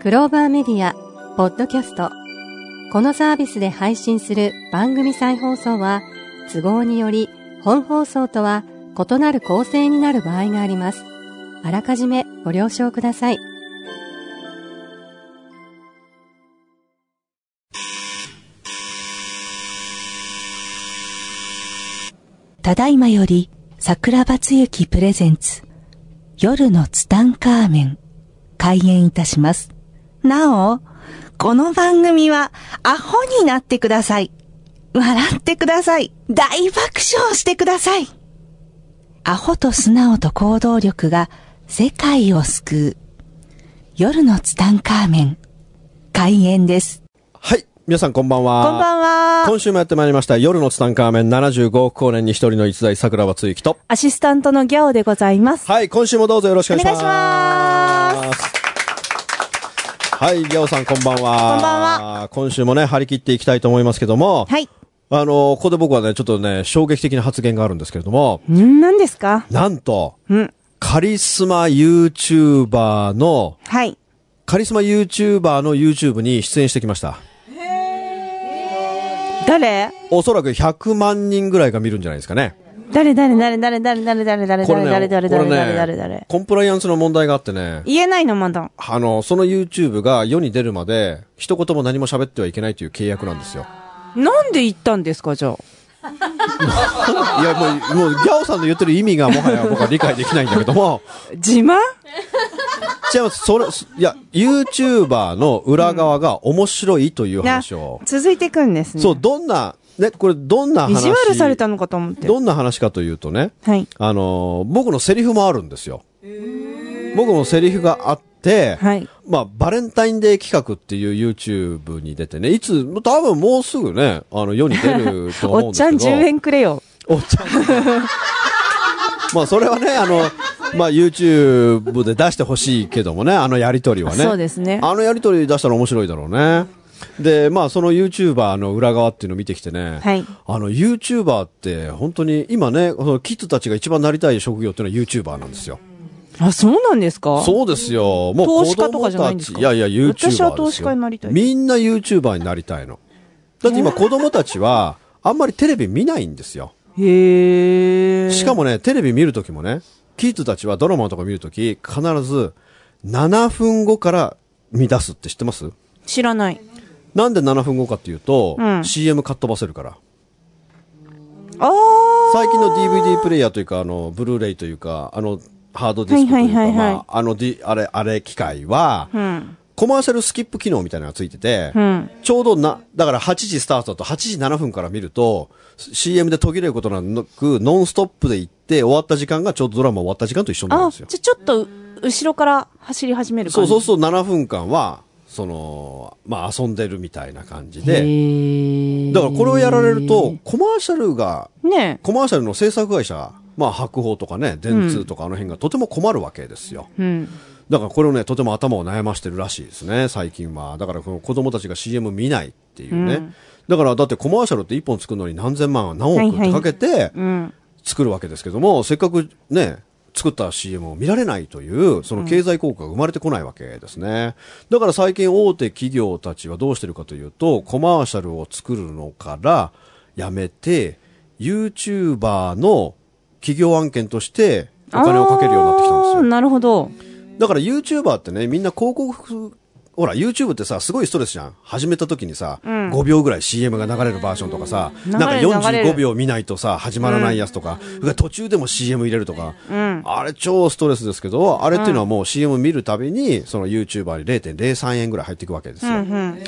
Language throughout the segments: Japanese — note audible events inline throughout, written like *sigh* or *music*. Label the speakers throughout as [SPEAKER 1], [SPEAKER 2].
[SPEAKER 1] クローバーメディア、ポッドキャスト。このサービスで配信する番組再放送は、都合により本放送とは異なる構成になる場合があります。あらかじめご了承ください。
[SPEAKER 2] ただいまより、桜庭つゆきプレゼンツ、夜のツタンカーメン、開演いたします。
[SPEAKER 3] なお、この番組は、アホになってください。笑ってください。大爆笑してください。
[SPEAKER 2] アホと素直と行動力が世界を救う。夜のツタンカーメン、開演です。
[SPEAKER 4] はい。皆さんこんばんは。
[SPEAKER 3] こんばんは。
[SPEAKER 4] 今週もやってまいりました。夜のツタンカーメン75億光年に一人の逸材桜庭つゆきと。
[SPEAKER 3] アシスタントのギャオでございます。
[SPEAKER 4] はい。今週もどうぞよろしくお願いし
[SPEAKER 3] ます。お願いします。
[SPEAKER 4] はい、ギャオさんこんばんは。こん
[SPEAKER 3] ばんは。
[SPEAKER 4] 今週もね、張り切っていきたいと思いますけども。
[SPEAKER 3] はい。
[SPEAKER 4] あの、ここで僕はね、ちょっとね、衝撃的な発言があるんですけれども。
[SPEAKER 3] ん何ですか
[SPEAKER 4] なんと、
[SPEAKER 3] うん、
[SPEAKER 4] カリスマ YouTuber の、
[SPEAKER 3] はい。
[SPEAKER 4] カリスマ YouTuber の YouTube に出演してきました。
[SPEAKER 3] 誰
[SPEAKER 4] おそらく100万人ぐらいが見るんじゃないですかね。
[SPEAKER 3] 誰誰誰誰誰誰誰誰誰誰誰誰誰誰誰
[SPEAKER 4] コンプライアンスの問題があってね。
[SPEAKER 3] 言えないのまだ。
[SPEAKER 4] あの、その YouTube が世に出るまで、一言も何も喋ってはいけないという契約なんですよ。
[SPEAKER 3] なんで行ったんですか、じゃあ。
[SPEAKER 4] いや、もう、もう、ギャオさんの言ってる意味がもはや
[SPEAKER 3] *laughs*
[SPEAKER 4] 僕は理解できないんだけども。
[SPEAKER 3] 自慢
[SPEAKER 4] 違います。それ、いや、YouTuber の裏側が面白いという話を。
[SPEAKER 3] うん、続いていくんですね。
[SPEAKER 4] そう、どんな、ね、これどんな話
[SPEAKER 3] 意地悪されたのかと思って。
[SPEAKER 4] どんな話かというとね。
[SPEAKER 3] はい。
[SPEAKER 4] あのー、僕のセリフもあるんですよ。僕もセリフがあって、
[SPEAKER 3] はい。
[SPEAKER 4] まあ、バレンタインデー企画っていう YouTube に出てね、いつ、多分もうすぐね、あの、世に出ると思うんです
[SPEAKER 3] *laughs*
[SPEAKER 4] け
[SPEAKER 3] おっちゃん10円くれよ。
[SPEAKER 4] おっちゃん。 *laughs* まあ、それはね、あの、まあ、YouTube で出してほしいけどもね、あのやりとりはね。
[SPEAKER 3] そうですね。
[SPEAKER 4] あのやりとり出したら面白いだろうね。で、まあ、その YouTuber の裏側っていうのを見てきてね、
[SPEAKER 3] はい、
[SPEAKER 4] あの、YouTuber って本当に今ね、そのキッズたちが一番なりたい職業っていうのは YouTuber なんですよ。
[SPEAKER 3] あ、そうなんですか
[SPEAKER 4] そうですよ。
[SPEAKER 3] もう投資家とかじゃないんですか
[SPEAKER 4] いやいや、YouTuber です
[SPEAKER 3] 私は投資家になりたい。
[SPEAKER 4] みんな YouTuber になりたいの。だって今子供たちは、あんまりテレビ見ないんですよ。
[SPEAKER 3] へ
[SPEAKER 4] え。しかもね、テレビ見るときもね、キッズたちはドラマとか見るとき、必ず7分後から見出すって知ってます
[SPEAKER 3] 知らない。
[SPEAKER 4] なんで7分後かっていうと、
[SPEAKER 3] うん、
[SPEAKER 4] CM かっ飛ばせるから。
[SPEAKER 3] あ
[SPEAKER 4] 最近の DVD プレイヤーというか、あの、ブルーレイというか、あの、ハードディスクというか、はいはいはいはい、まあ、あの、D、あれ、あれ機械は、
[SPEAKER 3] うん、
[SPEAKER 4] コマーシャルスキップ機能みたいなのがついてて、
[SPEAKER 3] うん、
[SPEAKER 4] ちょうどな、だから8時スタートだと8時7分から見ると、CM で途切れることなく、ノンストップで行って終わった時間がちょうどドラマ終わった時間と一緒になるんですよ。
[SPEAKER 3] じゃちょっと、後ろから走り始める
[SPEAKER 4] そうそうそう、7分間は、その、まあ遊んでるみたいな感じで。だからこれをやられると、コマーシャルが、
[SPEAKER 3] ね、
[SPEAKER 4] コマーシャルの制作会社、まあ白鵬とかね、電通とかあの辺がとても困るわけですよ。
[SPEAKER 3] うん、
[SPEAKER 4] だからこれをね、とても頭を悩ましてるらしいですね、最近は。だからこの子供たちが CM 見ないっていうね。うん、だからだってコマーシャルって1本作るのに何千万、何億ってかけて、作るわけですけども、はいはいうん、せっかくね、作った CM を見られないという、その経済効果が生まれてこないわけですね、うん。だから最近大手企業たちはどうしてるかというと、コマーシャルを作るのからやめて、YouTuber の企業案件としてお金をかけるようになってきたんですよ。
[SPEAKER 3] なるほど。
[SPEAKER 4] だから YouTuber ってね、みんな広告、ほら、YouTube ってさ、すごいストレスじゃん。始めた時にさ、
[SPEAKER 3] うん、
[SPEAKER 4] 5秒ぐらい CM が流れるバージョンとかさ、なんか45秒見ないとさ、始まらないやつとか、うん、途中でも CM 入れるとか、
[SPEAKER 3] うん、
[SPEAKER 4] あれ超ストレスですけど、あれっていうのはもう CM 見るたびに、その YouTuber に0.03円ぐらい入っていくわけですよ。
[SPEAKER 3] うんうん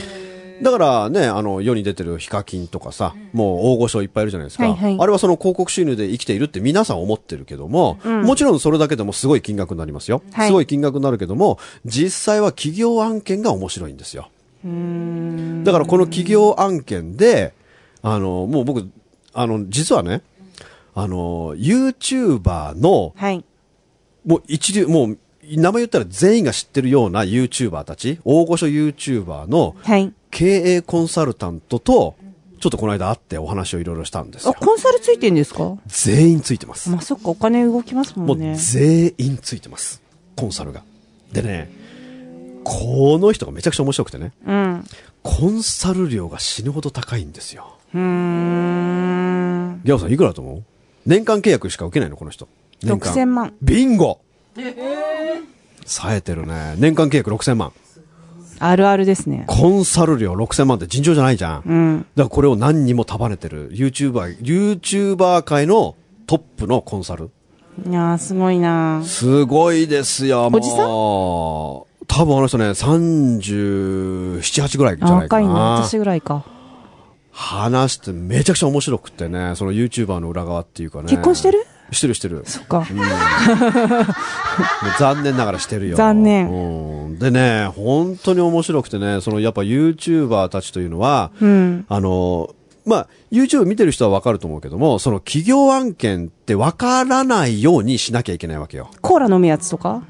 [SPEAKER 4] だからね、あの、世に出てるヒカキンとかさ、もう大御所いっぱいいるじゃないですか。
[SPEAKER 3] はいはい、
[SPEAKER 4] あれはその広告収入で生きているって皆さん思ってるけども、うん、もちろんそれだけでもすごい金額になりますよ、
[SPEAKER 3] はい。
[SPEAKER 4] すごい金額になるけども、実際は企業案件が面白いんですよ。だからこの企業案件で、あの、もう僕、あの、実はね、あの、YouTuber の、
[SPEAKER 3] はい、
[SPEAKER 4] もう一流、もう、名前言ったら全員が知ってるような YouTuber たち、大御所 YouTuber の、
[SPEAKER 3] はい
[SPEAKER 4] 経営コンサルタントと、ちょっとこの間会ってお話をいろいろしたんですよ。
[SPEAKER 3] あ、コンサルついてんですか
[SPEAKER 4] 全員ついてます。
[SPEAKER 3] まあ、そっか、お金動きますもんね。
[SPEAKER 4] もう全員ついてます。コンサルが。でね、この人がめちゃくちゃ面白くてね、
[SPEAKER 3] うん。
[SPEAKER 4] コンサル料が死ぬほど高いんですよ。
[SPEAKER 3] うーん。
[SPEAKER 4] ギャオさん、いくらだと思う年間契約しか受けないの、この人。年間
[SPEAKER 3] 6000万。
[SPEAKER 4] ビンゴ冴えてるね。年間契約6000万。
[SPEAKER 3] あるあるですね。
[SPEAKER 4] コンサル料6000万って尋常じゃないじゃん。だか
[SPEAKER 3] うん。
[SPEAKER 4] らこれを何人も束ねてる YouTuber、YouTuber 界のトップのコンサル。
[SPEAKER 3] いやー、すごいなー
[SPEAKER 4] すごいですよ、もう。
[SPEAKER 3] おじさん
[SPEAKER 4] 多分あの人ね、37、8ぐらいじゃ
[SPEAKER 3] あ、
[SPEAKER 4] ない
[SPEAKER 3] 若
[SPEAKER 4] か
[SPEAKER 3] いの
[SPEAKER 4] な。
[SPEAKER 3] 私ぐらいか。
[SPEAKER 4] 話してめちゃくちゃ面白くってね、その YouTuber の裏側っていうかね。
[SPEAKER 3] 結婚してる
[SPEAKER 4] してるしてる。
[SPEAKER 3] そっか。
[SPEAKER 4] もう残念ながらしてるよ。
[SPEAKER 3] 残念
[SPEAKER 4] うん。でね、本当に面白くてね、そのやっぱ YouTuber たちというのは、
[SPEAKER 3] うん。
[SPEAKER 4] あの、まあ、YouTube 見てる人はわかると思うけども、その企業案件ってわからないようにしなきゃいけないわけよ。
[SPEAKER 3] コーラ飲むやつとか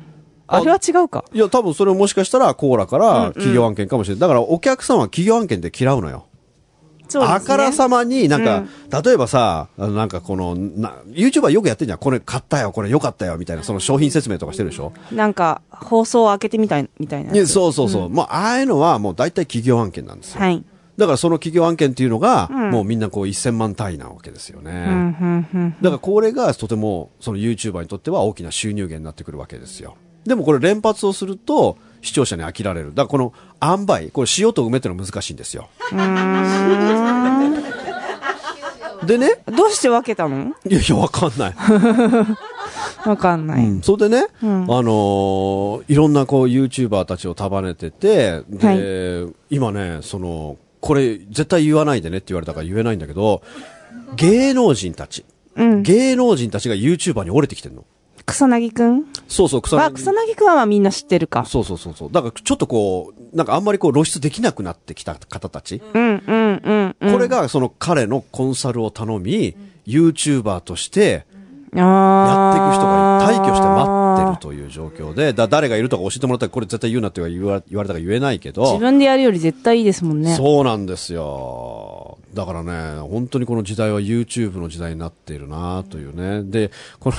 [SPEAKER 4] あ
[SPEAKER 3] あれは違うか。
[SPEAKER 4] いや、多分それもしかしたらコーラから企業案件かもしれない。だからお客さんは企業案件って嫌うのよ。
[SPEAKER 3] そうですね。
[SPEAKER 4] あからさまになんか、例えばさ、あのなんかこの、な、YouTuber よくやってんじゃん。これ買ったよ、これ良かったよ、みたいな、その商品説明とかしてるでしょ
[SPEAKER 3] なんか、放送を開けてみたい、みたいなや
[SPEAKER 4] い
[SPEAKER 3] つ。
[SPEAKER 4] やそうそうそう。もう、ああいうのはもう大体企業案件なんですよ。
[SPEAKER 3] はい。
[SPEAKER 4] だからその企業案件っていうのが、もうみんなこう1000万単位なわけですよね。
[SPEAKER 3] うん、うん、うん。
[SPEAKER 4] だからこれがとてもその YouTuber にとっては大きな収入源になってくるわけですよ。でもこれ連発をすると視聴者に飽きられる。だからこの塩梅、これ塩と埋めてるの難しいんですよ。でね、
[SPEAKER 3] どうして分けたの
[SPEAKER 4] いやいやわかんない。
[SPEAKER 3] わかんない。
[SPEAKER 4] それでね、あのーいろんなこう YouTuber たちを束ねてて、で、今ね、その、これ絶対言わないでねって言われたから言えないんだけど、芸能人たち、
[SPEAKER 3] うん。
[SPEAKER 4] 芸能人たちが YouTuber に折れてきてるの。
[SPEAKER 3] 草薙くん
[SPEAKER 4] そうそう、草
[SPEAKER 3] は、
[SPEAKER 4] 薙
[SPEAKER 3] 草薙くんはまあみんな知ってるか。
[SPEAKER 4] そうそうそうそう。だからちょっとこう、なんかあんまりこう露出できなくなってきた方たち。
[SPEAKER 3] うん、うん、うん、うん。
[SPEAKER 4] これがその彼のコンサルを頼み、YouTuber としてやっていく人
[SPEAKER 3] あ
[SPEAKER 4] が
[SPEAKER 3] ー
[SPEAKER 4] 退去して待ってるという状況で、だ誰がいるとか教えてもらったらこれ絶対言うなって言わ言われたから言えないけ
[SPEAKER 3] 自
[SPEAKER 4] ど、
[SPEAKER 3] 分でやるより絶対いいですもんね。
[SPEAKER 4] そうなんですよ。だからね、本当にこの時代は YouTube の時代になっているなというね。で、この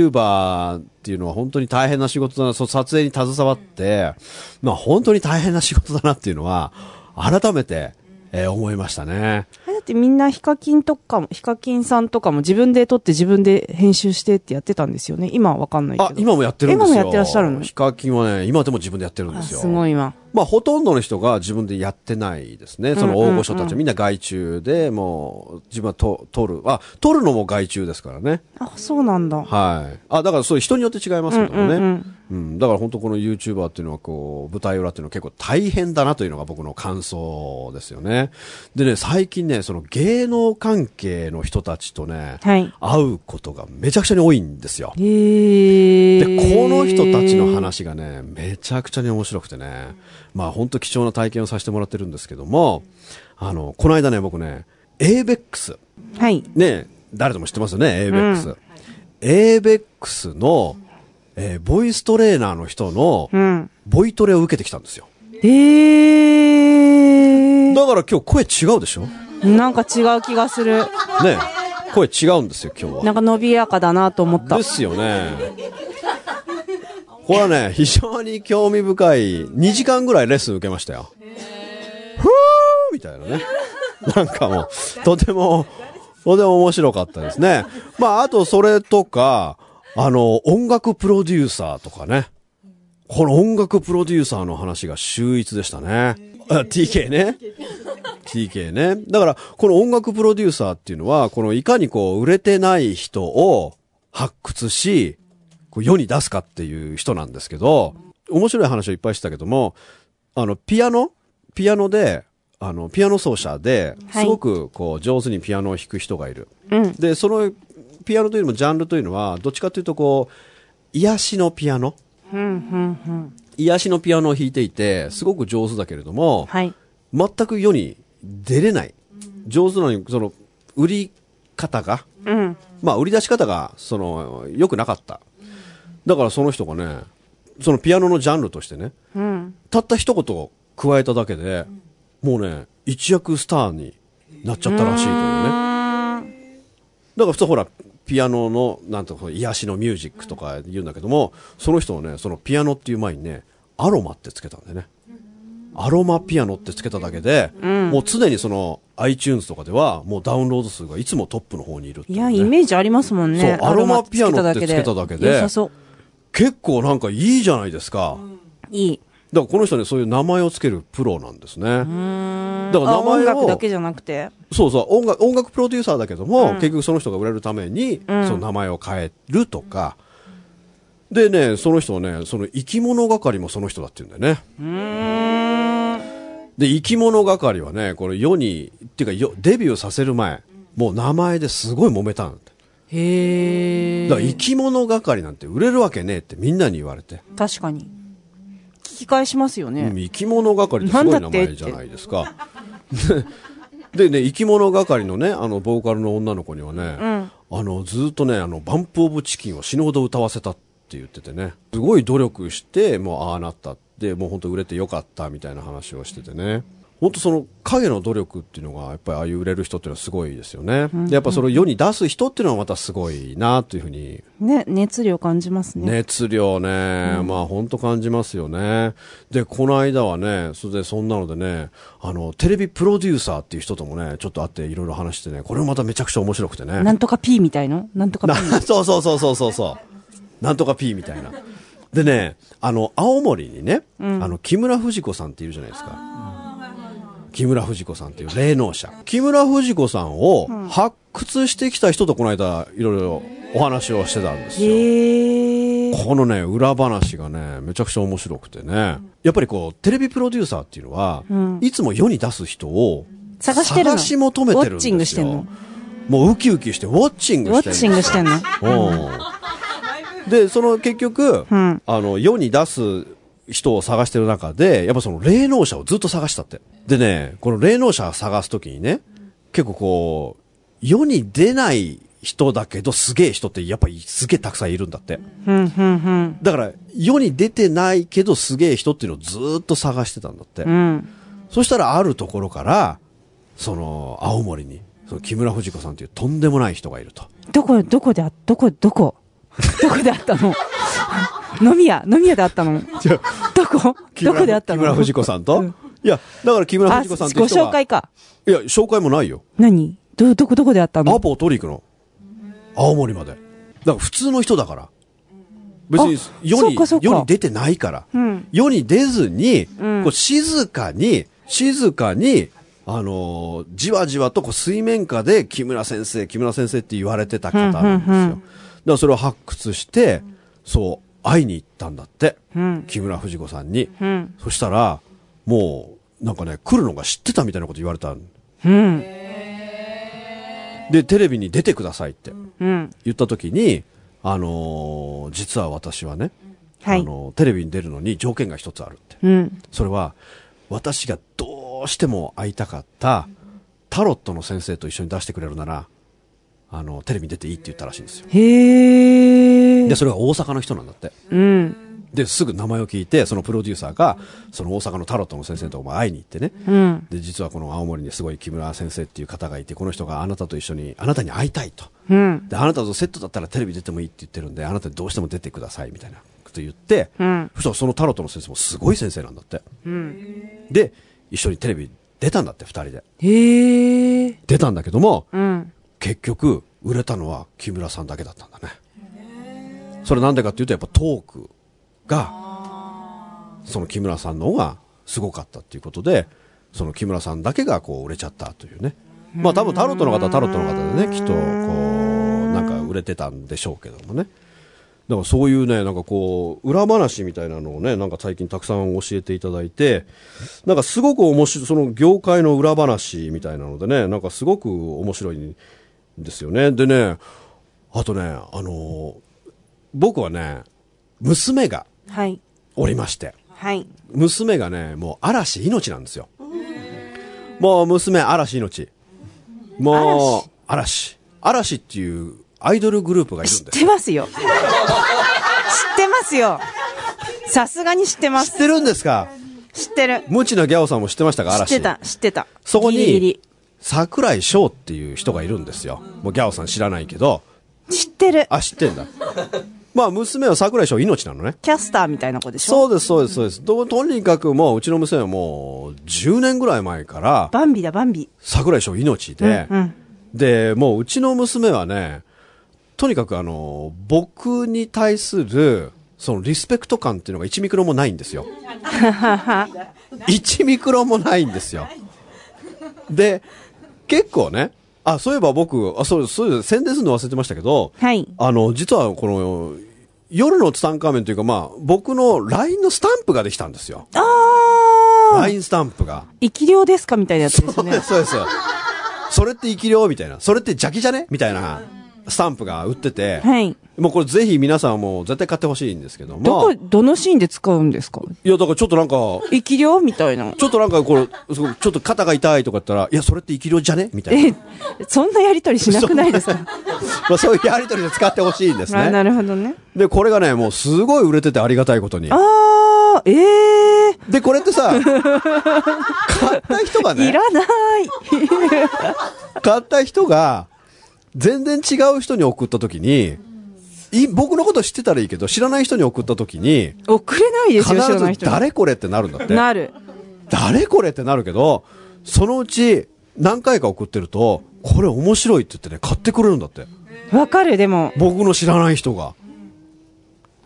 [SPEAKER 4] YouTuber っていうのは本当に大変な仕事だな、そう撮影に携わって、まあ本当に大変な仕事だなっていうのは、改めて、えー思いましたね。
[SPEAKER 3] あれだってみんなヒカキンとかも、ヒカキンさんとかも自分で撮って自分で編集してってやってたんですよね。今はわかんないけど。
[SPEAKER 4] あ、今もやってるんですよ。
[SPEAKER 3] 今もやってらっしゃるの
[SPEAKER 4] ヒカキンはね、今でも自分でやってるんで
[SPEAKER 3] あ
[SPEAKER 4] すよ。
[SPEAKER 3] すごいわ。
[SPEAKER 4] まあ、ほとんどの人が自分でやってないですね。その大御所たち、みんな外注で、もう、自分はと取る。あ、取るのも外注ですからね。
[SPEAKER 3] あ、そうなんだ。
[SPEAKER 4] はい。あ、だからそういう人によって違いますけどもね。
[SPEAKER 3] う
[SPEAKER 4] うんん
[SPEAKER 3] うん
[SPEAKER 4] だから本当この YouTuber っていうのはこう、舞台裏っていうのは結構大変だなというのが僕の感想ですよね。でね、最近ね、その芸能関係の人たちとね、
[SPEAKER 3] はい。
[SPEAKER 4] 会うことがめちゃくちゃに多いんですよ。
[SPEAKER 3] へー。
[SPEAKER 4] で、この人たちの。話がね、めちゃくちゃに面白くてね、まあ本当貴重な体験をさせてもらってるんですけども、あの、この間ね、僕ね、ABEX、
[SPEAKER 3] はい。
[SPEAKER 4] ね、誰でも知ってますよね、ABEX。ABEX の、えーボイストレーナーの人の
[SPEAKER 3] う、ん。
[SPEAKER 4] ボイトレを受けてきたんですよ。
[SPEAKER 3] へー。
[SPEAKER 4] だから今日声違うでしょね、
[SPEAKER 3] なんか違う気がする。
[SPEAKER 4] 声違うんですよ、今日は。
[SPEAKER 3] なんか伸びやかだなと思った
[SPEAKER 4] で。すよね。これはね、非常に興味深い、2時間ぐらいレッスン受けましたよ。ふーみたいなね。なんかもう、とても、とても面白かったですね。まあ、あとそれとか、あの、音楽プロデューサーとかね。この音楽プロデューサーの話が秀逸でしたね。あ TK ね。TK ね。だから、この音楽プロデューサーっていうのは、このいかにこう、売れてない人を発掘し、こう世に出すかっていう人なんですけど、面白い話をいっぱいしてたけども、あの、ピアノピアノで、あの、ピアノ奏者で、
[SPEAKER 3] はい
[SPEAKER 4] すごくこう、上手にピアノを弾く人がいる。
[SPEAKER 3] うん
[SPEAKER 4] で、その、ピアノというのも、ジャンルというのは、どっちかというとこう、癒しのピアノ
[SPEAKER 3] うん、うん、うん。
[SPEAKER 4] 癒しのピアノを弾いていて、すごく上手だけれども、
[SPEAKER 3] はい。
[SPEAKER 4] 全く世に出れない。上手なのに、その、売り方が、
[SPEAKER 3] うん。
[SPEAKER 4] まあ、売り出し方が、その、良くなかった。だからその人がね、そのピアノのジャンルとしてね、
[SPEAKER 3] うん。
[SPEAKER 4] たった一言を加えただけで、もうね、一躍スターになっちゃったらしいというね。だから普通ほら、ピアノの、なんとか、癒しのミュージックとか言うんだけども、その人はね、そのピアノっていう前にね、アロマってつけたんでね。アロマピアノってつけただけで、もう常にその iTunes とかではもうダウンロード数がいつもトップの方にいるって
[SPEAKER 5] いうや、
[SPEAKER 4] ね
[SPEAKER 5] イメージありますもんね。
[SPEAKER 4] そうアロマピアノってつけただけで
[SPEAKER 5] 良さそう。
[SPEAKER 4] 結構なんかいいじゃないですか。
[SPEAKER 5] いい。
[SPEAKER 4] だからこの人ね、そういう名前をつけるプロなんですね。だから名
[SPEAKER 5] あ音
[SPEAKER 4] 前
[SPEAKER 5] 楽だ
[SPEAKER 4] を、
[SPEAKER 5] けじゃなくて。
[SPEAKER 4] そうそう、音楽、音楽プロデューサーだけども、結局その人が売れるために、その名前を変えるとか。でね、その人はね、その生き物係もその人だって言うんだよね。で、生き物係はね、これ世に、っていうかよデビューさせる前、もう名前ですごい揉めたんだって。
[SPEAKER 5] へ
[SPEAKER 4] だか
[SPEAKER 5] え。
[SPEAKER 4] ら生き物係なんて売れるわけねえってみんなに言われて。
[SPEAKER 5] 確かに。聞き返しますよ
[SPEAKER 4] うん
[SPEAKER 5] ね。
[SPEAKER 4] 生き物係ってすごい名前じゃないですか。 *laughs* ででね、生き物係のね、あの、ボーカルの女の子にはね、あの、ずっとね、あの、バンプオブチキンを死ぬほど歌わせたって言っててね、すごい努力して、もうああなったって、もう本当売れてよかったみたいな話をしててね。本当その影の努力っていうのが、やっぱりああいう売れる人っていうのはすごいですよね。でやっぱそれを世に出す人っていうのはまたすごいなというふうに
[SPEAKER 5] ね、熱量感じますね。
[SPEAKER 4] 熱量ね、まあ本当感じますよね。で、この間はね、それでそんなのでね、あの、テレビプロデューサーっていう人ともね、ちょっと会っていろいろ話してね、これもまためちゃくちゃ面白くてね。
[SPEAKER 5] なんとか P みたいのなんとか
[SPEAKER 4] な *laughs*
[SPEAKER 5] P。
[SPEAKER 4] そうそうそうそうそうそう。なんとか P みたいな。でね、あの、青森にね、あの、木村藤子さんっているじゃないですか。木村藤子さんっていう霊能者。木村藤子さんを発掘してきた人とこの間、いろいろお話をしてたんですよ。
[SPEAKER 5] へえ。
[SPEAKER 4] このね、裏話がね、めちゃくちゃ面白くてね。やっぱりこう、テレビプロデューサーっていうのは、いつも世に出す人を、
[SPEAKER 5] 探してるの
[SPEAKER 4] し求めてるんですよ。
[SPEAKER 5] ウォッチングしてんの
[SPEAKER 4] もうウキウキして、ウォッチング
[SPEAKER 5] ウォ
[SPEAKER 4] して
[SPEAKER 5] ッチングしてんの
[SPEAKER 4] うんで、その結局、
[SPEAKER 5] ん
[SPEAKER 4] あの、世に出す人を探してる中で、やっぱその霊能者をずっと探したって。でね、この霊能者を探すときにね、結構こう、世に出ない人だけどすげえ人ってやっぱりすげえたくさんいるんだって。
[SPEAKER 5] うん、うん、
[SPEAKER 4] だから、世に出てないけどすげえ人っていうのをずーっと探してたんだって。
[SPEAKER 5] うん。うん。
[SPEAKER 4] そしたらあるところから、その、青森に、その木村藤子さんっていうとんでもない人がいると。
[SPEAKER 5] どこ、どこであ、どこ、どこ、 *laughs* どこであったの *laughs* 飲み屋、飲み屋であったのどこどこであったの
[SPEAKER 4] 木村藤子さんと、
[SPEAKER 5] うん
[SPEAKER 4] いや、だから木村
[SPEAKER 5] あ、
[SPEAKER 4] 藤
[SPEAKER 5] ご
[SPEAKER 4] 子さんっていう人が。
[SPEAKER 5] 紹介か。
[SPEAKER 4] いや、紹介もないよ。
[SPEAKER 5] 何ど、どこ、どこであった
[SPEAKER 4] ア
[SPEAKER 5] の
[SPEAKER 4] ポを取り行くの。青森まで。だから普通の人だから。別に
[SPEAKER 5] あ
[SPEAKER 4] 世
[SPEAKER 5] そっ
[SPEAKER 4] に
[SPEAKER 5] かそっ、か
[SPEAKER 4] 世に出てないから。
[SPEAKER 5] うん
[SPEAKER 4] 世に出ずに、
[SPEAKER 5] ん
[SPEAKER 4] こう静かに、静かに、あのーじわじわとこう水面下で木村先生、木村先生って言われてた方なんですよ。
[SPEAKER 5] うんうんうん
[SPEAKER 4] だからそれを発掘して、そう、会いに行ったんだって。
[SPEAKER 5] うん
[SPEAKER 4] 木村藤子さんに。
[SPEAKER 5] うん。
[SPEAKER 4] そしたら、もう、なんかね、来るのが知ってたみたいなこと言われたの
[SPEAKER 5] うん。
[SPEAKER 4] で、テレビに出てくださいって。
[SPEAKER 5] うん。
[SPEAKER 4] 言った時に、あのー実は私はね、
[SPEAKER 5] はい
[SPEAKER 4] あのーテレビに出るのに条件が一つあるって。
[SPEAKER 5] うん。
[SPEAKER 4] それは、私がどうしても会いたかった、タロットの先生と一緒に出してくれるなら、あの、テレビに出ていいって言ったらしいんですよ。
[SPEAKER 5] へえ。
[SPEAKER 4] で、それが大阪の人なんだって。
[SPEAKER 5] うん。
[SPEAKER 4] で、すぐ名前を聞いて、そのプロデューサーが、その大阪のタロットの先生とお前会いに行ってね、
[SPEAKER 5] うん。
[SPEAKER 4] で、実はこの青森にすごい木村先生っていう方がいて、この人があなたと一緒に、あなたに会いたいと。
[SPEAKER 5] うん。
[SPEAKER 4] で、あなたとセットだったらテレビ出てもいいって言ってるんで、あなたどうしても出てくださいみたいなこと言って、
[SPEAKER 5] うん
[SPEAKER 4] そしたらそのタロットの先生もすごい先生なんだって。
[SPEAKER 5] うん。
[SPEAKER 4] で、一緒にテレビ出たんだって、二人で。
[SPEAKER 5] へえ。
[SPEAKER 4] 出たんだけども、
[SPEAKER 5] うん。
[SPEAKER 4] 結局、売れたのは木村さんだけだったんだね。それなんでかっていうと、やっぱトークが、その木村さんの方がすごかったっていうことで、その木村さんだけがこう売れちゃったというね。まあ多分タロットの方はタロットの方でね、きっとこう、なんか売れてたんでしょうけどもね。だからそういうね、なんかこう、裏話みたいなのをね、なんか最近たくさん教えていただいて、なんかすごく面白い、その業界の裏話みたいなのでね、なんかすごく面白いんですよね。でね、あとね、あのー僕はね、娘が
[SPEAKER 5] はい。
[SPEAKER 4] おりまして、
[SPEAKER 5] はい。
[SPEAKER 4] 娘がね、もう嵐命なんですよ。もう娘嵐命。もう、嵐。嵐っていうアイドルグループがいるん
[SPEAKER 5] 知っ
[SPEAKER 4] です
[SPEAKER 5] てますよ。知ってますよ。さすがに知ってま
[SPEAKER 4] 知っ
[SPEAKER 5] す。
[SPEAKER 4] てるんですか
[SPEAKER 5] 知ってる。
[SPEAKER 4] 無知なギャオさんも知ってましたか
[SPEAKER 5] 知っ
[SPEAKER 4] 嵐。
[SPEAKER 5] てた、知ってた。
[SPEAKER 4] そこに
[SPEAKER 5] ギリギリ
[SPEAKER 4] 桜井翔っていう人がいるんですよ。もうギャオさん知らないけど、
[SPEAKER 5] 知ってる。
[SPEAKER 4] あ、知ってんだ。 *laughs* まあ、娘は桜井翔命なのね。
[SPEAKER 5] キャスターみたいな子でしょ
[SPEAKER 4] そうです、そうです、そうです。ととにかくもう、うちの娘はもう、10年ぐらい前から、
[SPEAKER 5] バンビだ、バンビ。
[SPEAKER 4] 桜井翔命で、
[SPEAKER 5] うん。
[SPEAKER 4] で、もう、うちの娘はね、とにかくあの、僕に対する、そのリスペクト感っていうのが1ミクロもないんです
[SPEAKER 5] *laughs*
[SPEAKER 4] よ。1ミクロもないんですよ。で、結構ね、あ、そういえば僕、あ、そうです、そうです、宣伝するの忘れてましたけど、
[SPEAKER 5] はい。
[SPEAKER 4] あの、実はこの、夜のツタンカーメンというか、まあ、僕の LINE のスタンプができたんですよ。
[SPEAKER 5] あー
[SPEAKER 4] LINE スタンプが。
[SPEAKER 5] 生き量ですかみたいなやつです
[SPEAKER 4] そう
[SPEAKER 5] よ
[SPEAKER 4] で
[SPEAKER 5] ね
[SPEAKER 4] す、。 *laughs* そうです。それって生き量みたいな。それって邪気じゃねみたいなスタンプが売ってて。
[SPEAKER 5] はい。
[SPEAKER 4] もうこれぜひ皆さんはもう絶対買ってほしいんですけども。
[SPEAKER 5] どこ、どのシーンで使うんですか
[SPEAKER 4] いや、だからちょっとなんか、
[SPEAKER 5] 生き量みたいな。
[SPEAKER 4] ちょっとなんかこれ、すごいちょっと肩が痛いとか言ったら、いや、それって生き量じゃねみたいな。
[SPEAKER 5] え、そんなやりとりしなくないですか、
[SPEAKER 4] まあそういうやりとりで使ってほしいんです
[SPEAKER 5] あな
[SPEAKER 4] ね。
[SPEAKER 5] るほどね。
[SPEAKER 4] で、これがね、もうすごい売れててありがたいことに。
[SPEAKER 5] あー、えー。
[SPEAKER 4] で、これってさ、
[SPEAKER 5] *laughs*
[SPEAKER 4] 買った人がね
[SPEAKER 5] い、ら
[SPEAKER 4] *laughs*
[SPEAKER 5] ない。
[SPEAKER 4] 買った人が、全然違う人に送ったときに、い僕のこと知ってたらいいけど、知らない人に送ったときに、
[SPEAKER 5] 送れないです
[SPEAKER 4] 必
[SPEAKER 5] よ、知らない
[SPEAKER 4] ず
[SPEAKER 5] 人に。
[SPEAKER 4] 誰これってなるんだって。
[SPEAKER 5] なる。
[SPEAKER 4] 誰これってなるけど、そのうち何回か送ってると、これ面白いって言ってね、買ってくれるんだって。
[SPEAKER 5] わかる、でも。
[SPEAKER 4] 僕の知らない人が。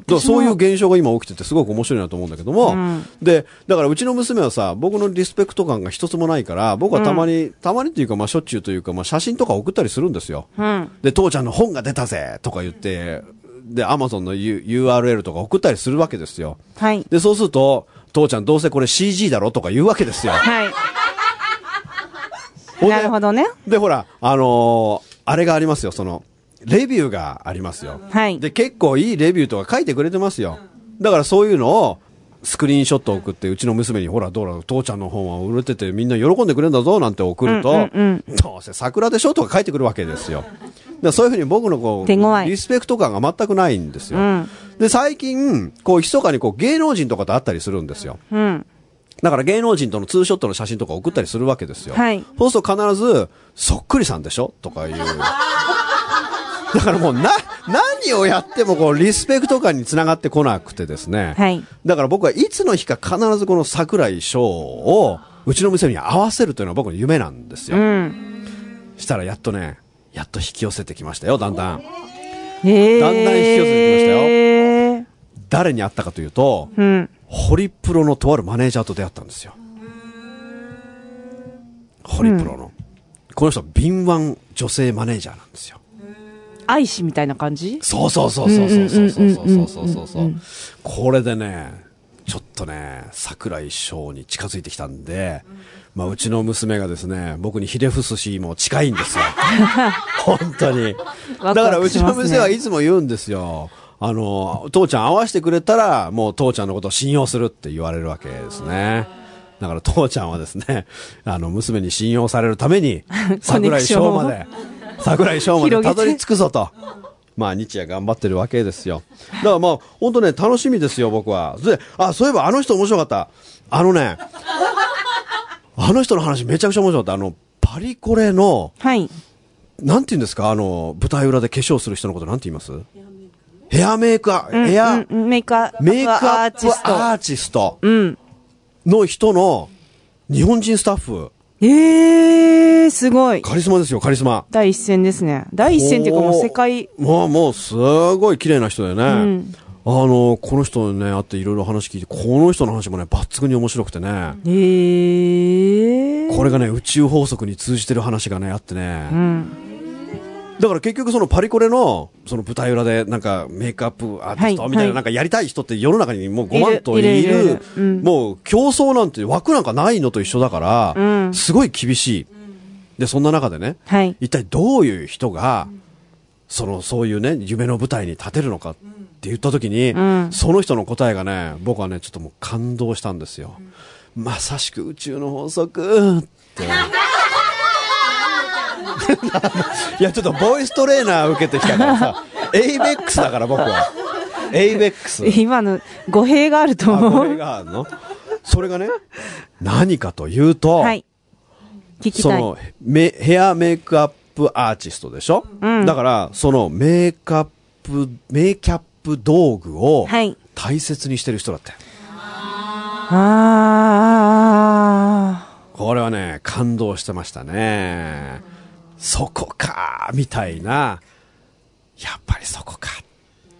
[SPEAKER 4] だからそういう現象が今起きててすごく面白いなと思うんだけども、
[SPEAKER 5] うん
[SPEAKER 4] で、だからうちの娘はさ、僕のリスペクト感が一つもないから、僕はたまに、たまにっていうか、まあしょっちゅうというか、まあ写真とか送ったりするんですよ。
[SPEAKER 5] うん。
[SPEAKER 4] で、父ちゃんの本が出たぜとか言って、で、アマゾンの U- URL とか送ったりするわけですよ。
[SPEAKER 5] はい。
[SPEAKER 4] で、そうすると、父ちゃんどうせこれ CG だろとか言うわけですよ。
[SPEAKER 5] はい。
[SPEAKER 4] ほんで
[SPEAKER 5] *laughs* なるほどね。
[SPEAKER 4] で、ほら、あのーあれがありますよ、その、レビューがありますよ。
[SPEAKER 5] はい
[SPEAKER 4] で、結構いいレビューとか書いてくれてますよ。だからそういうのを、スクリーンショット送って、うちの娘に、ほら、どうだ、父ちゃんの本は売れてて、みんな喜んでくれるんだぞ、なんて送ると、
[SPEAKER 5] うんうん
[SPEAKER 4] どうせ桜でしょとか書いてくるわけですよ。だからそういうふうに僕のこ
[SPEAKER 5] 手強
[SPEAKER 4] う、
[SPEAKER 5] い
[SPEAKER 4] リスペクト感が全くないんですよ。
[SPEAKER 5] うん
[SPEAKER 4] で、最近、こう、密かにこう、芸能人とかと会ったりするんですよ。
[SPEAKER 5] うん。
[SPEAKER 4] だから芸能人とのツーショットの写真とか送ったりするわけですよ。
[SPEAKER 5] はい
[SPEAKER 4] そうすると必ず、そっくりさんでしょとかいう。だからもうな、何をやってもこう、リスペクト感につながってこなくてですね。
[SPEAKER 5] はい
[SPEAKER 4] だから僕はいつの日か必ずこの桜井翔を、うちの店に合わせるというのは僕の夢なんですよ。
[SPEAKER 5] うん。
[SPEAKER 4] したらやっとね、やっと引き寄せてきましたよ、だんだん。
[SPEAKER 5] えー。
[SPEAKER 4] だんだん引き寄せてきましたよ
[SPEAKER 5] えー。
[SPEAKER 4] 誰に会ったかというと、
[SPEAKER 5] うん。
[SPEAKER 4] ホリプロのとあるマネージャーと出会ったんですよ。ホリプロの。この人、敏腕女性マネージャーなんですよ。
[SPEAKER 5] 愛しみたいな感じ
[SPEAKER 4] そうそうそうそうそうそうそうそうそうそうそう。これでね、ちょっとね、桜井翔に近づいてきたんで、まあ、うちの娘がですね、僕にひれ伏すし、もう近いんですよ。本当に。だ
[SPEAKER 5] ワクワクし
[SPEAKER 4] から、うちの
[SPEAKER 5] ますね
[SPEAKER 4] 娘はいつも言うんですよ。あの、父ちゃん合わせてくれたら、もう父ちゃんのことを信用するって言われるわけですね。だから父ちゃんはですね、あの、娘に信用されるために、桜井翔まで、 *laughs* 桜井翔までたどり着くぞと。まあ、日夜頑張ってるわけですよ。だからまあ、本当ね、楽しみですよ、僕は。で、あ、そういえばあの人面白かった。あのね、あの人の話めちゃくちゃ面白かった。あの、パリコレの、
[SPEAKER 5] はい。
[SPEAKER 4] なんて言うんですかあの、舞台裏で化粧する人のことなんて言いますヘアメイクア、ヘア、
[SPEAKER 5] うん、メイクア
[SPEAKER 4] メイクア
[SPEAKER 5] ア
[SPEAKER 4] ッ
[SPEAKER 5] ー
[SPEAKER 4] プ
[SPEAKER 5] ティス
[SPEAKER 4] ア
[SPEAKER 5] ト。
[SPEAKER 4] ーティスト
[SPEAKER 5] うん。
[SPEAKER 4] の人の日本人スタッフ。
[SPEAKER 5] えー、すごい。
[SPEAKER 4] カリスマですよ、カリスマ。
[SPEAKER 5] 第一線ですね。第一線っていうかもう世界。
[SPEAKER 4] もう、もう、すごい綺麗な人でね。
[SPEAKER 5] ん
[SPEAKER 4] あの、この人にね、会っていろいろ話聞いて、この人の話もね、抜群に面白くてね。
[SPEAKER 5] えー。
[SPEAKER 4] これがね、宇宙法則に通じてる話がね、あってね。
[SPEAKER 5] うん。
[SPEAKER 4] だから結局そのパリコレの、その舞台裏でなんかメイクアップアーティスト
[SPEAKER 5] はい
[SPEAKER 4] みたい
[SPEAKER 5] は
[SPEAKER 4] ないなんかやりたい人って世の中にもう5
[SPEAKER 5] い
[SPEAKER 4] 万
[SPEAKER 5] る
[SPEAKER 4] とい
[SPEAKER 5] いるい
[SPEAKER 4] る
[SPEAKER 5] るうん、
[SPEAKER 4] もう競争なんて枠なんかないのと一緒だか
[SPEAKER 5] う
[SPEAKER 4] ら、
[SPEAKER 5] ん
[SPEAKER 4] すごい厳しい。で、そんな中でね、
[SPEAKER 5] はい。
[SPEAKER 4] 一体どういう人が、その、そういうね、夢の舞台に立てるのかって言った時に、
[SPEAKER 5] ん
[SPEAKER 4] その人の答えがね、僕はね、ちょっともう感動したんですよ。まさしく宇宙の法則って。 *laughs* いや、ちょっとボイストレーナー受けてきたからさ、エイベックスだから僕は。エイベック
[SPEAKER 5] *laughs*
[SPEAKER 4] ス。
[SPEAKER 5] 今の語弊があると
[SPEAKER 4] あこ
[SPEAKER 5] 思
[SPEAKER 4] れ
[SPEAKER 5] う。
[SPEAKER 4] があるのそれがね、何かというと、
[SPEAKER 5] はい。聞き
[SPEAKER 4] そ
[SPEAKER 5] たい。
[SPEAKER 4] のメヘアメイクアップアーティストでしょ、
[SPEAKER 5] うん
[SPEAKER 4] だからそのメイクアップメイキャップ道具を
[SPEAKER 5] はい
[SPEAKER 4] 大切にしてる人だって。
[SPEAKER 5] あ
[SPEAKER 4] これはね、感動してましたね。そこか、みたいな。やっぱりそこか。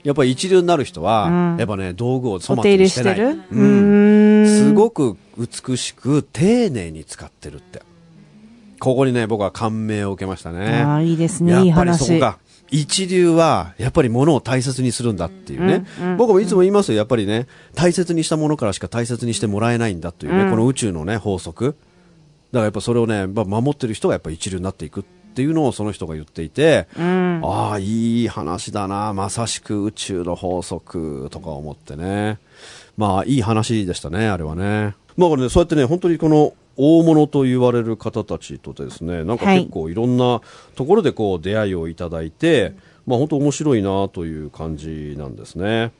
[SPEAKER 4] やっぱり一流になる人は、やっぱね、道具を
[SPEAKER 5] あ。お
[SPEAKER 4] 粗末
[SPEAKER 5] 手
[SPEAKER 4] に
[SPEAKER 5] 入れ
[SPEAKER 4] し
[SPEAKER 5] して
[SPEAKER 4] な
[SPEAKER 5] て
[SPEAKER 4] い。
[SPEAKER 5] るう
[SPEAKER 4] うん。
[SPEAKER 5] ーん。
[SPEAKER 4] すごく美しく、丁寧に使ってるって。ここにね、僕は感銘を受けましたね。
[SPEAKER 5] ああ、いいですね。いい
[SPEAKER 4] やっぱりそ
[SPEAKER 5] 話。
[SPEAKER 4] こが一流はやっぱり物を大切にするんだっていうね、僕もいつも言いますよやっぱりね大切にしたものからしか大切にしてもらえないんだというね、この宇宙のね法則だからやっぱそれをねやっぱ守ってる人がやっぱ一流になっていくっていうのをその人が言っていて、ああいい話だなまさしく宇宙の法則とか思ってねまあいい話でしたねあれはねまあこれねそうやってね本当にこの大物と言われる方たちとですねなんか
[SPEAKER 5] はい
[SPEAKER 4] 結構いろんなところでこう出会いをいただいて、まあ本当面白いなという感じなんですね。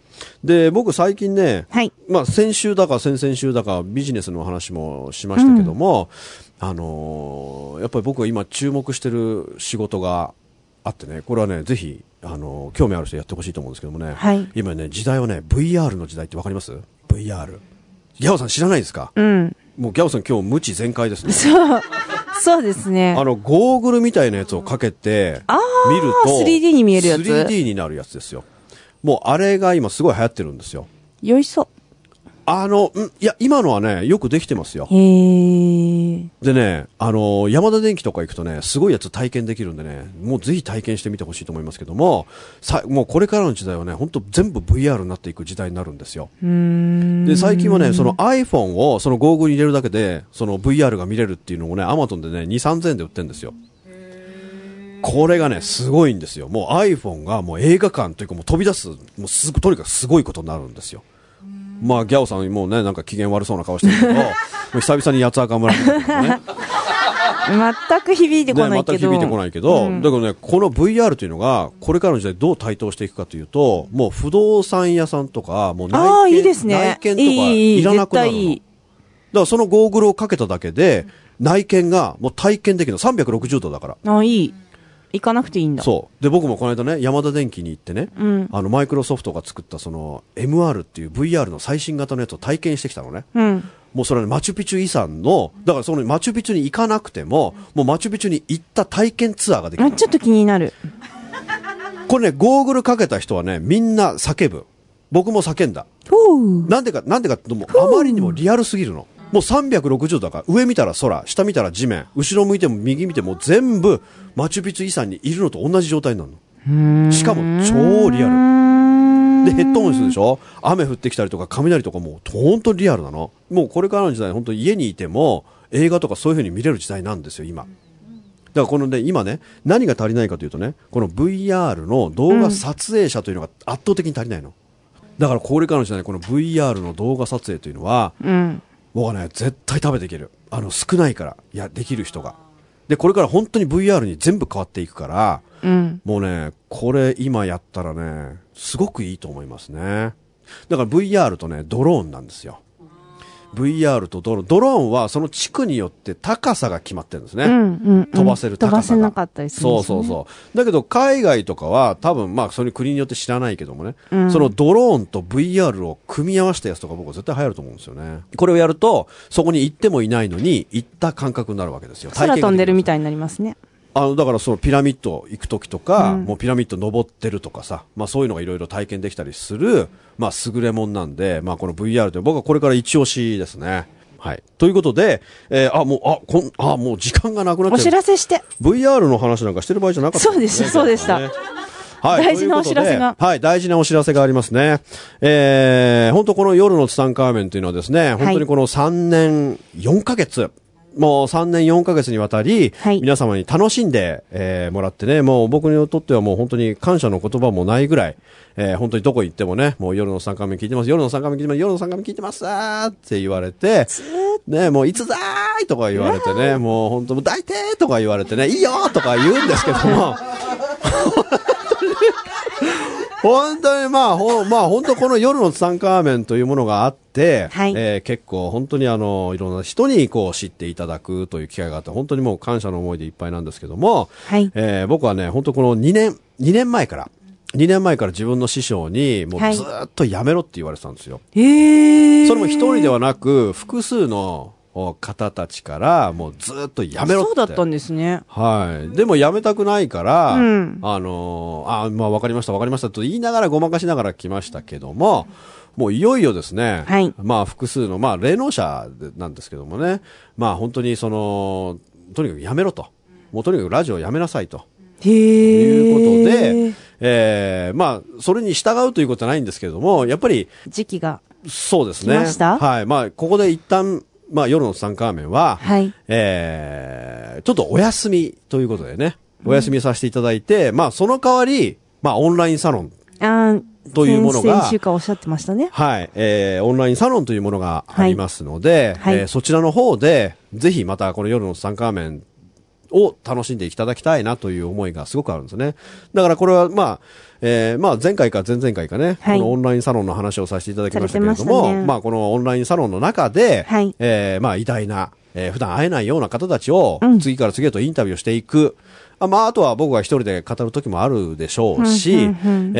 [SPEAKER 4] で、僕最近ね、
[SPEAKER 5] はい
[SPEAKER 4] まあ先週だか先々週だかビジネスの話もしましたけども、あのーやっぱり僕が今注目してる仕事があってね、これはね、ぜひ、あのー興味ある人やってほしいと思うんですけどもね、
[SPEAKER 5] はい
[SPEAKER 4] 今ね、時代はね、VR の時代ってわかります ?VR。ギャオさん知らないですか、
[SPEAKER 5] うん。
[SPEAKER 4] もうギャオさん今日無知全開ですね。
[SPEAKER 5] そう。そうですね。
[SPEAKER 4] あの、ゴーグルみたいなやつをかけて、見ると、
[SPEAKER 5] 3D に見えるやつ
[SPEAKER 4] 3D になるやつですよ。もう、あれが今すごい流行ってるんですよ。
[SPEAKER 5] よいしょ。
[SPEAKER 4] あの、んいや、今のはね、よくできてますよ。
[SPEAKER 5] へー。
[SPEAKER 4] でね、あの、山田電機とか行くとね、すごいやつ体験できるんでね、もうぜひ体験してみてほしいと思いますけども、さ、もうこれからの時代はね、本当全部 VR になっていく時代になるんですよ。で、最近はね、その iPhone をそのゴーグルに入れるだけで、その VR が見れるっていうのをね、Amazon でね、2、3000円で売ってるんですよ。これがね、すごいんですよ。もう iPhone がもう映画館というかもう飛び出す、もうすぐ、とにかくすごいことになるんですよ。まあ、ギャオさんもうね、なんか機嫌悪そうな顔してるけど、もう久々に八つ赤村みたいなね。
[SPEAKER 5] 全く響いてこないけど。
[SPEAKER 4] ね、全く響いてこないけど、
[SPEAKER 5] うん
[SPEAKER 4] だけどね、この VR というのが、これからの時代どう対等していくかというと、もう不動産屋さんとか、もう内見
[SPEAKER 5] ああ、いいですね。
[SPEAKER 4] 内見と
[SPEAKER 5] い
[SPEAKER 4] か
[SPEAKER 5] いいい
[SPEAKER 4] いらなくなるの。
[SPEAKER 5] 絶対いい
[SPEAKER 4] だからそのゴーグルをかけただけで、内見がもう体験できるの。360度だから。
[SPEAKER 5] ああ、いい。行かなくていいんだ。
[SPEAKER 4] そう。で、僕もこの間ね、山田電機に行ってね、
[SPEAKER 5] うん
[SPEAKER 4] あの、マイクロソフトが作ったその MR っていう VR の最新型のやつを体験してきたのね。
[SPEAKER 5] うん。
[SPEAKER 4] もうそれはね、マチュピチュ遺産の、だからそのマチュピチュに行かなくても、もうマチュピチュに行った体験ツアーができる
[SPEAKER 5] あ、。ちょっと気になる。
[SPEAKER 4] これね、ゴーグルかけた人はね、みんな叫ぶ。僕も叫んだ。
[SPEAKER 5] ほう。
[SPEAKER 4] なんでか、なんでかって言うともうあまりにもリアルすぎるの。もう360度だから、上見たら空、下見たら地面、後ろ向いても右見ても全部、マチュピチュ遺産にいるのと同じ状態になるの。しかも超リアル。で、ヘッドホンするでしょ雨降ってきたりとか雷とかもうほんとリアルなの。もうこれからの時代、本当家にいても映画とかそういう風に見れる時代なんですよ、今。だからこのね、今ね、何が足りないかというとね、この VR の動画撮影者というのが圧倒的に足りないの。だからこれからの時代、この VR の動画撮影というのは、
[SPEAKER 5] うん。
[SPEAKER 4] 僕はね、絶対食べていける。あの、少ないから。いや、できる人が。で、これから本当に VR に全部変わっていくから、
[SPEAKER 5] うん。
[SPEAKER 4] もうね、これ今やったらね、すごくいいと思いますね。だから VR とね、ドローンなんですよ。VR とドローン。ドローンはその地区によって高さが決まってるんですね。
[SPEAKER 5] うん。うん。
[SPEAKER 4] 飛ばせる
[SPEAKER 5] 飛
[SPEAKER 4] 高
[SPEAKER 5] ば
[SPEAKER 4] さ
[SPEAKER 5] せ
[SPEAKER 4] が
[SPEAKER 5] なかったりするん
[SPEAKER 4] そ
[SPEAKER 5] で
[SPEAKER 4] う
[SPEAKER 5] すね。
[SPEAKER 4] そうそう。だけど海外とかは多分まあそれ国によって知らないけどもね、そのドローンと VR を組み合わせたやつとか僕は絶対流行ると思うんですよね。これをやると、そこに行ってもいないのに行った感覚になるわけですよ。
[SPEAKER 5] 空飛んでるみ
[SPEAKER 4] い。
[SPEAKER 5] たいになりますね。
[SPEAKER 4] あの、だからそのピラミッド行くときとか、もうピラミッド登ってるとかさ、まあそういうのがいろいろ体験できたりする、まあ優れもんなんで、まあこの VR って僕はこれから一押しですね。はい。ということで、えーあ、もう、あ、こん、あ、もう時間がなくなっ
[SPEAKER 5] お
[SPEAKER 4] ちゃ
[SPEAKER 5] 知
[SPEAKER 4] う。
[SPEAKER 5] らせして。
[SPEAKER 4] VR の話なんかしてる場合じゃなかった
[SPEAKER 5] そうでした、そうでした。
[SPEAKER 4] はい、
[SPEAKER 5] 大事なお知ら
[SPEAKER 4] と
[SPEAKER 5] せが
[SPEAKER 4] いうことではい、大事なお知らせがありますね。えー、本当この夜のツタンカーメンというのはですね、本当にこの3年4ヶ月、もう3年4ヶ月にわたり、
[SPEAKER 5] はい
[SPEAKER 4] 皆様に楽しんで、えーもらってね、もう僕にとってはもう本当に感謝の言葉もないぐらい、えー本当にどこ行ってもね、もう夜の3回目聞いてます、夜の3回目聞いてます、夜の3回目聞いてますって言われて、ね、もういつだーいとか言われてね、もう本当もう抱いてーとか言われてね、いいよーとか言うんですけども、本当にまあ、ほまあ本当この夜のツタンカーメンというものがあって、
[SPEAKER 5] はい
[SPEAKER 4] えー結構本当にあの、いろんな人にこう知っていただくという機会があって、本当にもう感謝の思いでいっぱいなんですけども、
[SPEAKER 5] はい
[SPEAKER 4] えー僕はね、本当この2年、2年前から、 2年前から自分の師匠に、もうずーっとやめろって言われてたんですよ。
[SPEAKER 5] ええー。
[SPEAKER 4] それも一人ではなく、複数のお方たちから、もうずーっとやめろって。
[SPEAKER 5] そうだったんですね。
[SPEAKER 4] はい。でもやめたくないから、
[SPEAKER 5] うん
[SPEAKER 4] あのーあ、まあわかりましたわかりましたと言いながらごまかしながら来ましたけども、もういよいよですね、
[SPEAKER 5] はい
[SPEAKER 4] まあ複数の、まあ霊能者なんですけどもね、まあ本当にその、とにかくやめろと。もうとにかくラジオやめなさいと。
[SPEAKER 5] へえ。
[SPEAKER 4] ということで、、えーまあ、それに従うということはないんですけれども、やっぱり、
[SPEAKER 5] 時期が。
[SPEAKER 4] そうですね。
[SPEAKER 5] 来ました
[SPEAKER 4] はい。まあ、ここで一旦、まあ、夜のツタンカーメンは、
[SPEAKER 5] はい
[SPEAKER 4] えーちょっとお休みということでね、お休みさせていただいて、まあ、その代わり、まあ、オンラインサロン、
[SPEAKER 5] ああ、
[SPEAKER 4] というものが
[SPEAKER 5] 先々週からおっしゃってましたね。
[SPEAKER 4] はい、えーオンラインサロンというものがありますので、
[SPEAKER 5] はいはい
[SPEAKER 4] えーそちらの方で、ぜひまたこの夜のツタンカーメンを楽しんでいただきたいなという思いがすごくあるんですね。だからこれは、まあ、えーまあ前回か前々回かね、
[SPEAKER 5] はい
[SPEAKER 4] このオンラインサロンの話をさせていただきましたけれど
[SPEAKER 5] されてま
[SPEAKER 4] も、
[SPEAKER 5] したね
[SPEAKER 4] まあこのオンラインサロンの中で、
[SPEAKER 5] はい
[SPEAKER 4] えーまあ偉大な、えー普段会えないような方たちを
[SPEAKER 5] うん、
[SPEAKER 4] 次から次へとインタビューしていく。あまあ、あとは僕が一人で語る時もあるでしょうし、
[SPEAKER 5] うんうんうん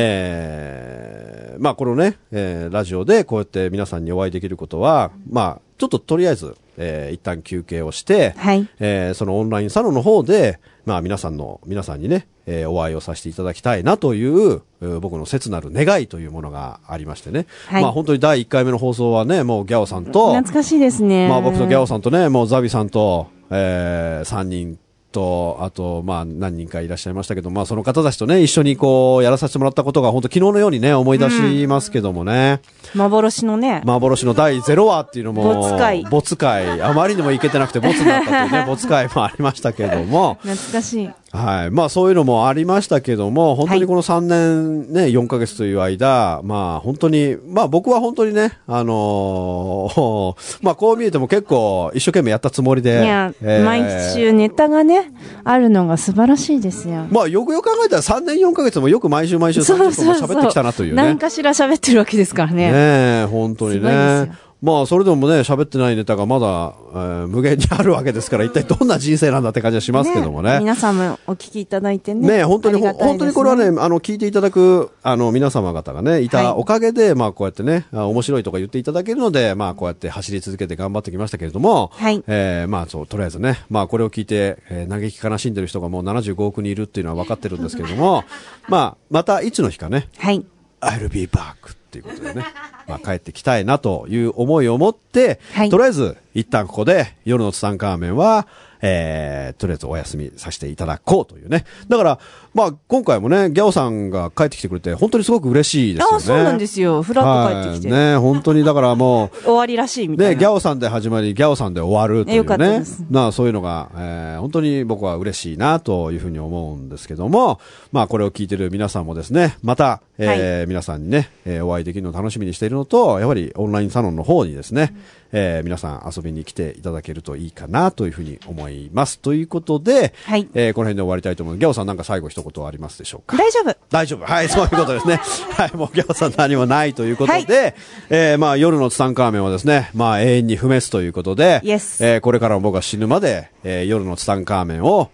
[SPEAKER 4] えーまあこのね、えーラジオでこうやって皆さんにお会いできることは、まあちょっととりあえず、えー一旦休憩をして、
[SPEAKER 5] はい
[SPEAKER 4] えーそのオンラインサロンの方で、まあ皆さんの、皆さんにね、えーお会いをさせていただきたいなという、えー僕の切なる願いというものがありましてね。
[SPEAKER 5] はい
[SPEAKER 4] まあ本当に第1回目の放送はね、もうギャオさんと、
[SPEAKER 5] 懐かしいですね。
[SPEAKER 4] まあ僕とギャオさんとね、もうザビさんと、えー、3人と、あと、まあ何人かいらっしゃいましたけど、まあその方たちとね、一緒にこう、やらさせてもらったことが本当昨日のようにね、思い出しますけどもね、
[SPEAKER 5] 幻のね。
[SPEAKER 4] 幻の第0話っていうのも、
[SPEAKER 5] ボツ回
[SPEAKER 4] ボツ回あまりにもいけてなくてボツになったと
[SPEAKER 5] *laughs*
[SPEAKER 4] いうね、ボツ回もありましたけども、
[SPEAKER 5] 懐かしい。
[SPEAKER 4] はい。まあそういうのもありましたけども、本当にこの3年ね、4ヶ月という間、まあ本当に、まあ僕は本当にね、あのー *laughs* まあこう見えても結構一生懸命やったつもり
[SPEAKER 5] い
[SPEAKER 4] で。
[SPEAKER 5] や、
[SPEAKER 4] えー
[SPEAKER 5] 毎週ネタがね、あるのが素晴らしいですよ。
[SPEAKER 4] まあよくよく考えたら3年4ヶ月もよく毎週毎週30分も喋ってきたなというね。
[SPEAKER 5] 何かしら喋ってるわけですからね。
[SPEAKER 4] ねえ、本当に
[SPEAKER 5] すごいです
[SPEAKER 4] ね
[SPEAKER 5] よ。
[SPEAKER 4] まあ、それでもね、喋ってないネタがまだ、えー無限にあるわけですから、一体どんな人生なんだって感じはしますけどもね。
[SPEAKER 5] 皆さんもお聞きいただいてね。
[SPEAKER 4] ね本当に、
[SPEAKER 5] ありがたいです
[SPEAKER 4] 本当にこれはね、あの、聞いていただく、あの、皆様方がね、い
[SPEAKER 5] はい
[SPEAKER 4] たおかげで、まあ、こうやってね、あ面白いとか言っていただけるので、まあ、こうやって走り続けて頑張ってきましたけれども、
[SPEAKER 5] はい
[SPEAKER 4] えーまあ、そう、とりあえずね、まあ、これを聞いて、えー嘆き悲しんでる人がもう75億人いるっていうのは分かってるんですけれども、 *laughs* まあ、またいつの日かね、
[SPEAKER 5] はい。
[SPEAKER 4] I'll be back っていうことでね、 *laughs* まあ、帰ってきたいなという思いを持って、
[SPEAKER 5] はい
[SPEAKER 4] とりあえず一旦ここで夜のツタンカーメンは、えー、とりあえずお休みさせていただこうというね。だから、まあ今回もね、ギャオさんが帰ってきてくれて本当にすごく嬉しいですよね。
[SPEAKER 5] あ、そうなんですよ。フラッと帰ってきて。
[SPEAKER 4] はいね、本当にだからもう、
[SPEAKER 5] 終わりらしいみたいな。
[SPEAKER 4] ね、ギャオさんで始まり、ギャオさんで終わるとい
[SPEAKER 5] よか
[SPEAKER 4] う
[SPEAKER 5] ったで
[SPEAKER 4] ね
[SPEAKER 5] す。
[SPEAKER 4] なあそういうのが、えー本当に僕は嬉しいなというふうに思うんですけども、まあこれを聞いてる皆さんもですね、また、えー皆さんにね、えーお会いできるのを楽しみにしているのと、やはりオンラインサロンの方にですね、えー皆さん遊びに来ていただけるといいかなというふうに思います。ということで、
[SPEAKER 5] はい
[SPEAKER 4] えーこの辺で終わりたいと思います。ギャオさんなんか最後一言ありますでしょうか
[SPEAKER 5] 大丈夫。
[SPEAKER 4] 大丈夫。はい、そういうことですね。 *laughs* はい、もう、ギャオさん何もないということで、
[SPEAKER 5] はい
[SPEAKER 4] えーまあ、夜のツタンカーメンはですね、まあ、永遠に不滅ということで、
[SPEAKER 5] Yes
[SPEAKER 4] えーこれからも僕は死ぬまで、えー夜のツタンカーメンを、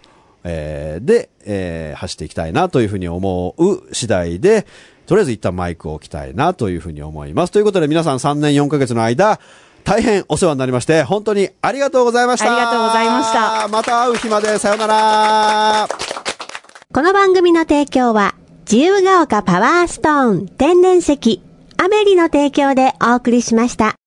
[SPEAKER 4] えーで、えー走っていきたいなというふうに思う次第で、とりあえず一旦マイクを置きたいなというふうに思います。ということで、皆さん3年4ヶ月の間、大変お世話になりまして、本当にありがとうございました。
[SPEAKER 5] ありがとうございました。
[SPEAKER 4] また会う日まで、さよなら。
[SPEAKER 6] この番組の提供は、自由が丘パワーストーン天然石、アメリの提供でお送りしました。